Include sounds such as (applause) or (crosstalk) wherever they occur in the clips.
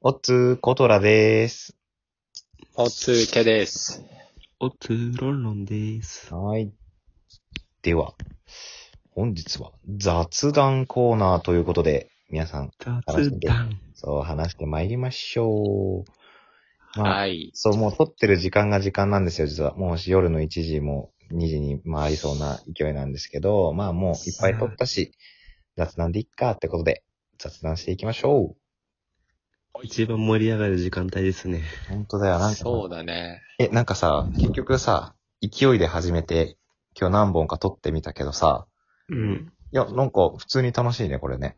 おつー、ことらでーす。おつけです。おつろんろんです。はい。では、本日は雑談コーナーということで、皆さん、雑談談。そう話してまいりましょう。まあ、はい。そう、もう撮ってる時間が時間なんですよ、実は。もう夜の1時も2時に回りそうな勢いなんですけど、まあもういっぱい撮ったし、雑談でいっかってことで、雑談していきましょ一番盛り上がる時間帯ですね。う。本当だよ、なんか。そうだね。え、なんかさ、結局さ、勢いで始めて、今日何本か撮ってみたけどさ、うん。いや、なんか普通に楽しいね、これね。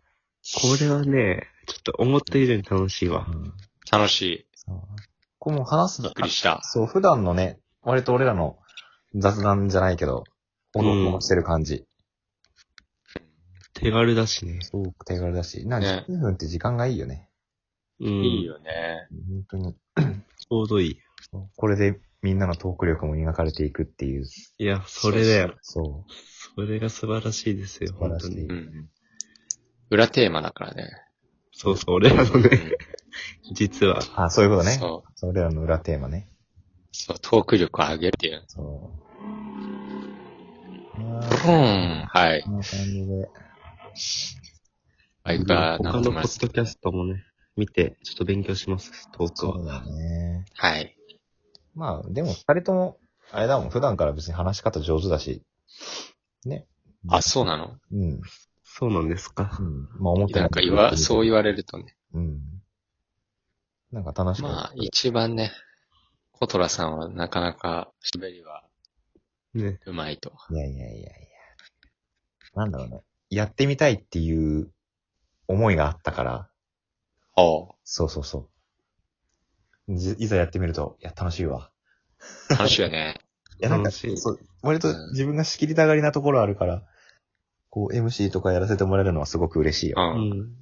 これはね、ちょっと思った以上に楽しいわ。楽しい。そうこれもう話すびっのくりした。そう、普段のね、割と俺らの雑談じゃないけど、おどおどしてる感じ。手軽だしね。すごく手軽だし、なんねか10分って時間がいいよね。うん。いいよね。本当に。ちょうどいい。そうこれでみんなのトーク力も磨かれていくっていう、いや、それだよ。そう、それが素晴らしいですよ、素晴本らし当いにう。ん。裏テーマだからね。そうそう、俺らのね、実は。あ、そういうことね。そう。それらの裏テーマね。そう、トーク力を上げるっていう。そう。あブーーンはいこ。んな感じで。バイクが他直のせポまッすド。キャストもね、見て、ちょっと勉強します、トークそうは。だね。はい。まあ、でも二人とも、あれだもん、普段から別に話し方上手だし、あ、そうなのうん。そうなんですうか。ん。まあ思ってなんか言わ、そう言われるとね。う。うん。なんか楽しく。まあ、一番ね、コトラさんはなかなか喋りはね。うまいと。いやいやいやいや。なんだろうね。やってみたいっていう思いがあったから、おうそうそうそう。じいざやってみると、いや、楽しいわ。楽しいよね。いや、なんか、楽しいそう、割と自分が仕切りたがりなところあるから、こう、MC とかやらせてもらえるのはすごく嬉しいよう。。うんん。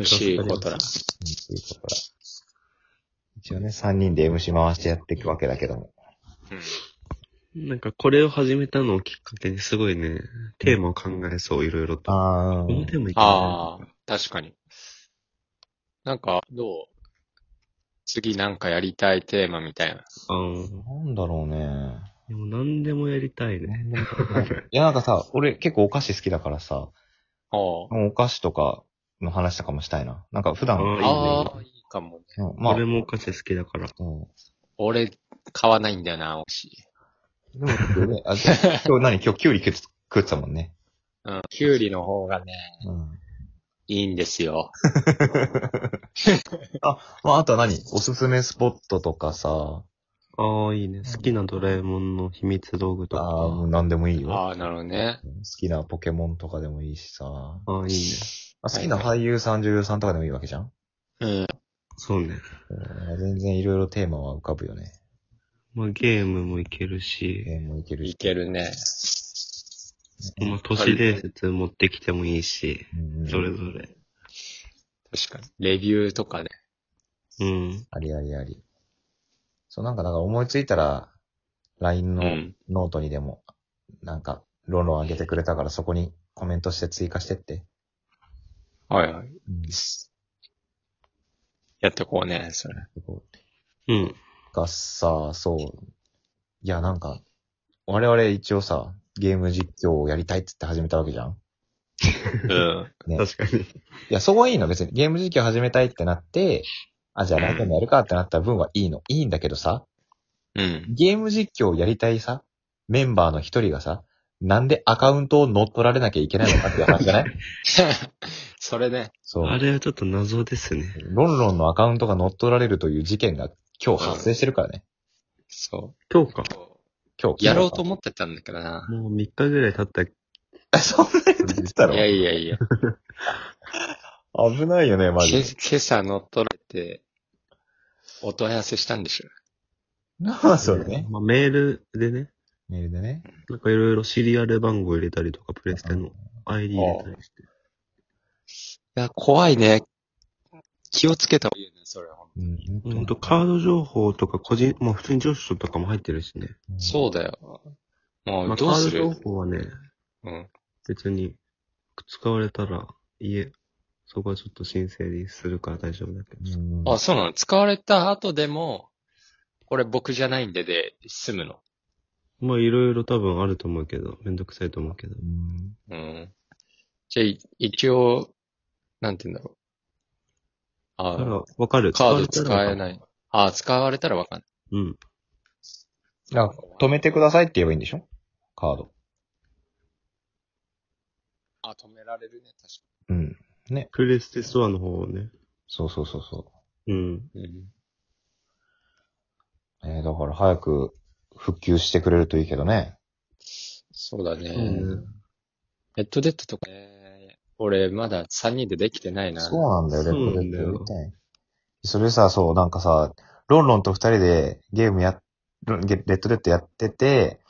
MC コトラ。っていうところ一応ね、3人で MC 回してやっていくわけだけども。うん。なんかこれを始めたのをきっかけにすごいね、テーマを考えそう、いろいろと。あこのテーマいけああ、確かに。なんか、どう次なんかやりたいテーマみたいな。あ。うん。なんだろうね。でも何でもやりたいね。いや、なんかさ、俺結構お菓子好きだからさ、おうお菓子とかの話とかもしたいな。なんか普あ段、ーああ、いいかもね。うんまあ、俺もお菓子好きだから。うん俺、買わないんだよな、お菓子。でも、ね、あ今日何今日キュウリ食って食ってたもんね。うん。キュウリの方がね、うん。いいんですよ。まあ、あとは何おすすめスポットとかさ、ああ、いいね。好きなドラえもんの秘密道具とか。ああ、もう何でもいいよ。ああ、なるほどね。好きなポケモンとかでもいいしさ、ああ、いいね。あ好きな俳優さん、女優さんとかでもいいわけじゃんうん。そうね。うん全然いろいろテーマは浮かぶよね。まあ、ゲームもいけるし、ゲームもいけるいし。けるね。まあ、都市伝説持ってきてもいいし、うんうんそれぞれ。確かに。レビューとかね。うん。ありありあり。そう、なんか、だから思いついたら、LINE うのん。ノートにでも、なんか、ロロン上げてくれたからそこにコメントして追加してって。はいはうい。ん。やってこうね、それ。うん。がさ、そう。いや、なんか、我々一応さ、ゲーム実況をやりたいって言って始めたわけじゃんうん。確かに。いや、そこはいいの、別に。ゲーム実況始めたいってなって、あ、じゃあ何回もやるかってなった分はいいの。いいんだけどさ、うん。 (laughs) ゲーム実況をやりたいさ、メンバーの一人がさ、なんでアカウントを乗っ取られなきゃいけないのかっていう話 (laughs) じゃないそれね。そう。 (laughs) あれはちょっと謎ですね。ロンロンのアカウントが乗っ取られるという事件が今日発生してるからね。そ今日か。う。今日。やろうと思ってたんだけどな。もう3日ぐらい経った昨日か。 (laughs) そんなに言ってたいやろいやいや。危ないよね、マジけで。今朝乗っ取られて、お問い合わせしたんでしょ。まあ、そうね。まあ、メールでね、メールでね。なんかいろいろシリアル番号入れたりとか、プレステの ID 入れたりして。いや、怖いね。気をつけた方がいいよね、それは。うんうんと、カード情報とか個人、まあ普通に上司とかも入ってるしね。そうだよ。もまう、あカどうすードる情報はね、うん。別に、使われたら、家、そこはちょっと申請にするから大丈夫だけど。あ、そうなの使われた後でも、これ僕じゃないんでで、済むの。まあいろいろ多分あると思うけど、めんどくさいと思うけど。うんうん。じゃあ、い一応、なんて言うんだろう。だかあら、わかる。あ、カード使わえれたらわかる。ない。ああ、使われたらわかんない。うん。だから止めてくださいって言えばいいんでしょカード。あ、止められるね、確うん。ね。プレステストアの方をね。そうそうそうそうん。かに。うん。う。えー、だから早く復旧してくれるといいけどね。そうだね。うんヘッドデッドとかね、俺まだ3人でできてないな。そうなんだよ、レそうッドなデんッだドよやりたい。それさ、そう、なんかさ、ロンロンと二人でゲームやっ、ロンレッドデッドやってて、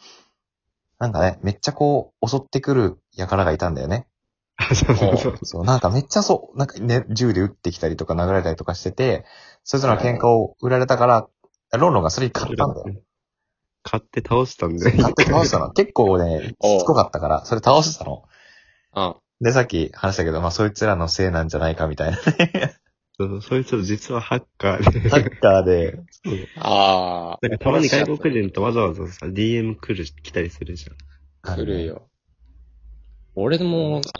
なんかね、めっちゃこう、襲ってくる輩がいたんだよね。あ、 (laughs) そうそうそう。そう、なんかめっちゃそう、なんかね、銃で撃ってきたりとか殴られたりとかしてて、そいつらの喧嘩を売られたから、ロンロンがそれに勝ったんだよ。買って倒したんで。勝って倒したの。結構ね、おうしつこかったから、それ倒したの。うん。で、さっき話したけど、まあ、そいつらのせいなんじゃないかみたいな。 (laughs) そうそう、そいつら実はハッカー (laughs) で。ハッカーで、ああ。なんかたまに外国人とわざわざさ、DM 来る、来たりするじゃん。来るよ。俺も、あ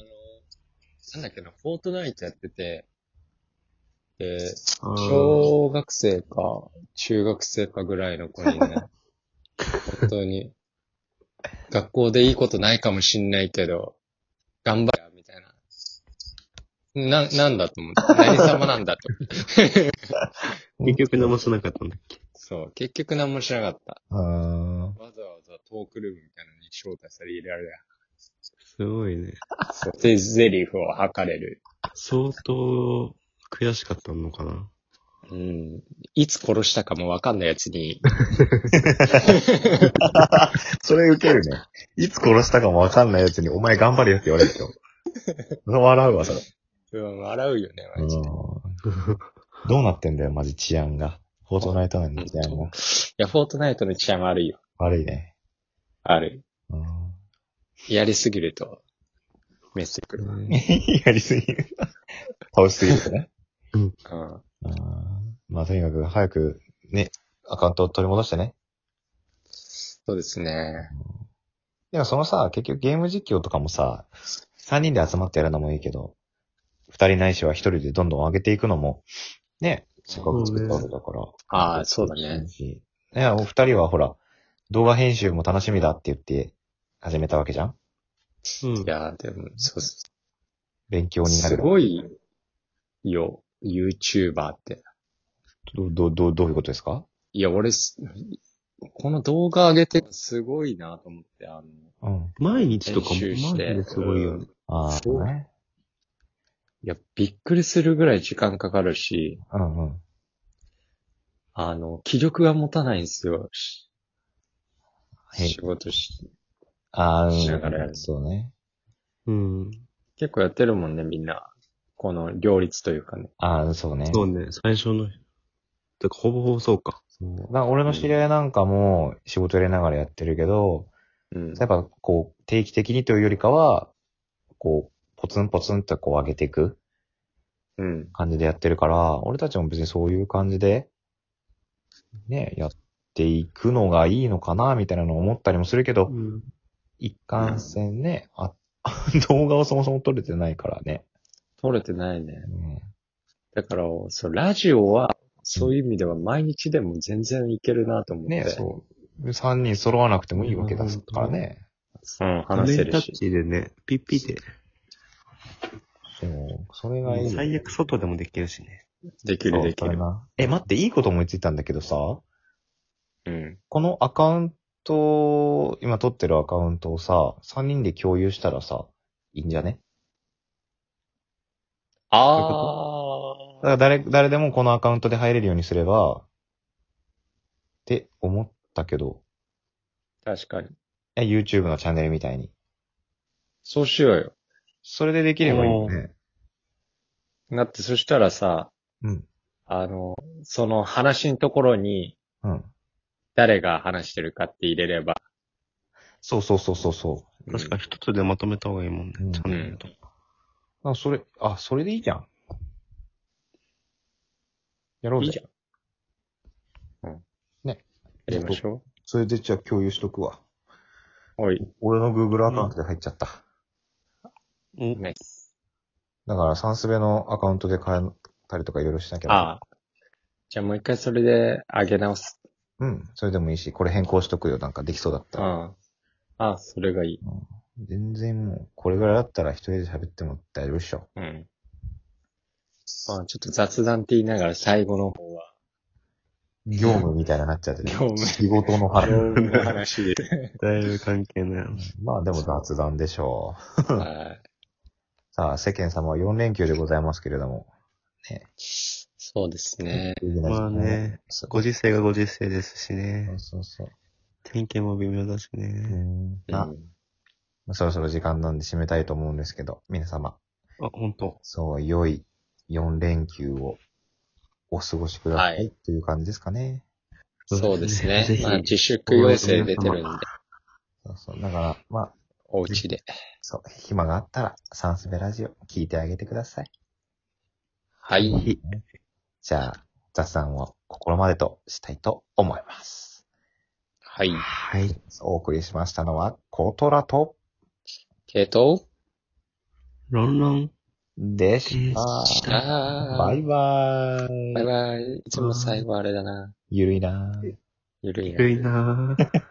の、なんだっけな、フォートナイトやってて、で、あー小学生か、中学生かぐらいの子 (laughs) にね、本当に、学校でいいことないかもしんないけど、頑張れよ、みたいな。な、なんだと思 (laughs) って。何様なんだと。結局何もしなかったんだっけそう、結局何もしなかった。うーん。わざわざトークルームみたいなのに招待され入れられすごいね。た。そう、で、ゼリフを吐かれる。相当悔しかったのか (laughs) な。うん。いつ殺したかもわかんないやつに、それ受けるね。いつ殺したかもわかんないやつに、お前頑張れよって言われるでしょ。笑うわ、それ。うん、笑うよね、マジで。いどうなってんだよ、マジ治安が。フォートナイト内の治安が。や、フォートナイトの治安悪いよ。悪いね。ある。うんやりすぎると、メッセくる。うん。やりすぎる。倒しすぎるとね。そうんまあ、とにかく早く、ね、アカウントを取り戻してね。うですね。でもそのさ、結局ゲーム実況とかもさ、3人で集まってやるのもいいけど、2人ないしは1人でどんどん上げていくのも、ね、せっかく作ったわけだから。ああ、そうだね。ね。ね、お二人はほら、動画編集も楽しみだって言って始めたわけじゃんうんいや、でも、そうす。勉強になる。すごいよ、YouTuber って。ど、ど、ど、どういうことですかいや、俺す、この動画上げてすごいなと思って、あの、うん。毎日とかも、編集しマジてですごいよね。ああ、ね。いや、びっくりするぐらい時間かかるし、うんうん。あの、気力が持たないんですよ。しはい仕事し、ああ、うんしながらやるそうね。うん。結構やってるもんね、みんな。この両立というかね。ああ、そうね。そうね、最初の、てかほぼほぼそうか。な俺の知り合いなんかも仕事入れながらやってるけど、うん。やっぱこう、定期的にというよりかは、こう、ポツンポツンとこう上げていくうん。感じでやってるから、俺たちも別にそういう感じで、ね、やっていくのがいいのかな、みたいなのを思ったりもするけど、うん。一貫戦ね、あ、 (laughs) 動画をそもそも撮れてないからね。取れてないね。うんだから、そう、ラジオは、そういう意味では毎日でも全然いけるなと思っね、て。そう。三人揃わなくてもいいわけだからね。うん、画話せ面タるしッ。チでね、ピッピで。でも、それがいいよ。最悪外でもできるしね。できる、できそうだる。なえ、待って、いいこと思いついたんだけどさ、うん。このアカウント、今撮ってるアカウントをさ、3人で共有したらさ、いいんじゃねだあから誰、誰でもこのアカウントで入れるようにすれば、って思ったけど、ー、確かに。え、YouTube のチャンネルみたいに。そうしようよ。それでできればいいよね。だって、そしたらさ、うん。あの、その話のところに、うん。誰が話してるかって入れれば。そうそうそうそうそう。確か一つでまとめた方がいいもんねうん、チャンネルとか。あ、それ、あ、それでいいじゃん。やろういいぜじ。うん。ね。やりましょそれでじゃあ共有しとくわ。う。はい。俺の Google アカウントで入っちゃった。 (laughs) うん。ナイス。だから、サンスベのアカウントで変えたりとかいろいろしなきゃ。ああ。じゃあもう一回それで上げ直す。うん。それでもいいし、これ変更しとくよ。なんかできそうだったうら。ん。ああ、それがいい。全然もう、これぐらいだったら一人で喋っても大丈夫っしょ。うん。まあちょっと雑談って言いながら最後の方 (laughs) は、業務みたいになっちゃってね。業務仕事の業話。務の話で。だいぶ関係ない話。まあでも雑談でしょう。はい。さあ、世間様は4連休でございますけれども。そうですね。有意義な時間まあねそうご時世がご時世ですしね。そうそう。天気も微妙だしうね。ん。うんな、まあそろそろ時間なんで締めたいと思うんですけど、皆様、あ、本当。そう、良い4連休をお過ごしくださはいいという感じですかね。そうですねぜ。ひまあ自粛要請出てるんで、そうそう。だから、まあ、お家で。そう、暇があったら、サンスベラジオ聞いてあげてください。はい。じゃあ、雑談を心までとしたいと思います。はい。はい。お送りしましたのは、コトラとけど、ロンロン。でした。ババイバーバイイ。バイ。いつも最後あれだな。ゆるいなーゆるいな。低いなぁ。